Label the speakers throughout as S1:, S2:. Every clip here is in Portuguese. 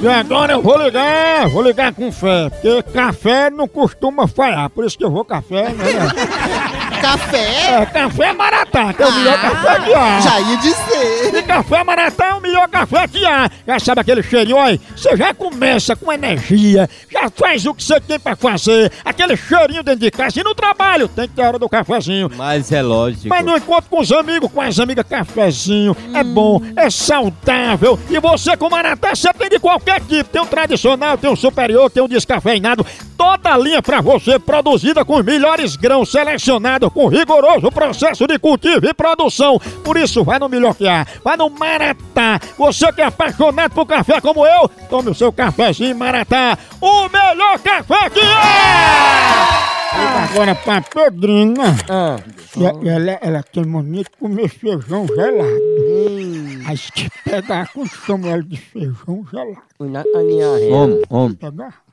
S1: E agora eu vou ligar, vou ligar com fé, porque café não costuma falhar, por isso que eu vou café, né?
S2: Café? Ah.
S1: É, café Maratá, que é o melhor café que há.
S2: Já ia dizer.
S1: E café Maratá é o melhor café que há. Já sabe aquele cheirinho, olha? Você já começa com energia, já faz o que você tem pra fazer. Aquele cheirinho dentro de casa e no trabalho tem que ter a hora do cafezinho.
S3: Mas é lógico.
S1: Mas no encontro com os amigos, com as amigas, cafezinho é bom, é saudável. E você com Maratá, você tem de qualquer tipo. Tem o tradicional, tem o superior, tem o descafeinado. Toda a linha pra você, produzida com os melhores grãos selecionados, com rigoroso processo de cultivo e produção. Por isso, vai no melhor que há, vai no Maratá. Você que é apaixonado por café como eu, tome o seu cafezinho Maratá. O melhor café que é! Agora pra Pedrina. E a- ela, ela tem mania de comer feijão gelado. Aí se pegar com chama ela de feijão gelado. tá
S3: Homem, homem.
S1: Pegar?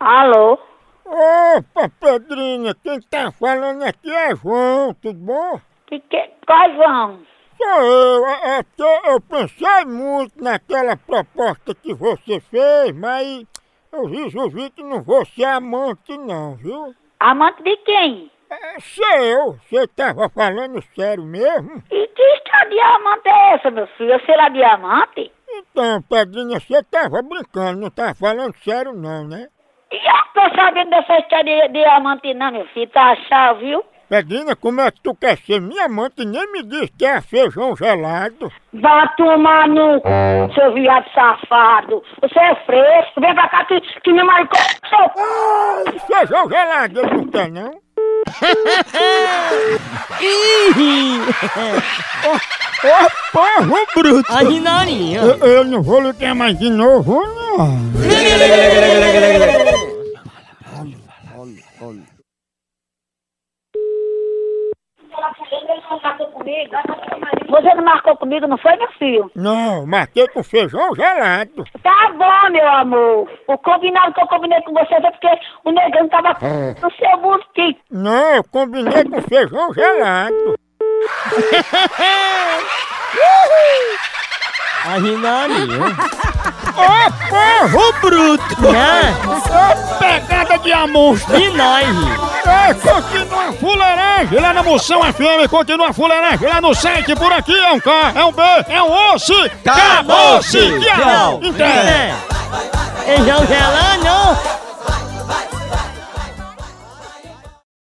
S4: Alô?
S1: Opa, Pedrinha, quem tá falando aqui é João, tudo bom?
S4: Que, que, quais vão?
S1: Sou eu, é, é que eu pensei muito naquela proposta que você fez, mas eu resolvi que não vou ser amante não, viu?
S4: Amante de quem?
S1: É, seu, você tava falando sério mesmo?
S4: E que história de amante é essa, meu filho? Eu sei lá de amante?
S1: Então, Pedrinha, você tava brincando, não tava falando sério não, né?
S4: E eu não tô sabendo dessa história de, de amante não, meu filho. Tá achado, viu?
S1: Pedrinha, como é que tu quer ser minha amante e nem me diz que é feijão gelado?
S4: Vá tomar no c... seu viado safado. Você é fresco. Vem pra cá que, que me marcou. Seu... c****.
S1: Feijão é gelado ele não quer não? Ô, porro bruto! Eu, eu não vou ligar mais de novo, não.
S4: Você não marcou comigo, não foi, meu filho?
S1: Não, marquei com feijão gelado.
S4: Tá bom, meu amor. O combinado que eu combinei com você foi porque o negão tava no seu busquinho.
S1: Não, eu combinei com feijão gelado.
S3: A Rinaninha.
S1: Ô, porro bruto! Ô, pegada de amor!
S3: Rinaninha.
S1: É, continua a fuleiragem lá na Moção FM, continua a fuleiragem lá no site, por aqui é um K, é um B, é um osso, é
S3: Acabou-se.
S1: acabou-se, tchau,
S3: Tchau.
S1: Então.
S3: Feijão gelando.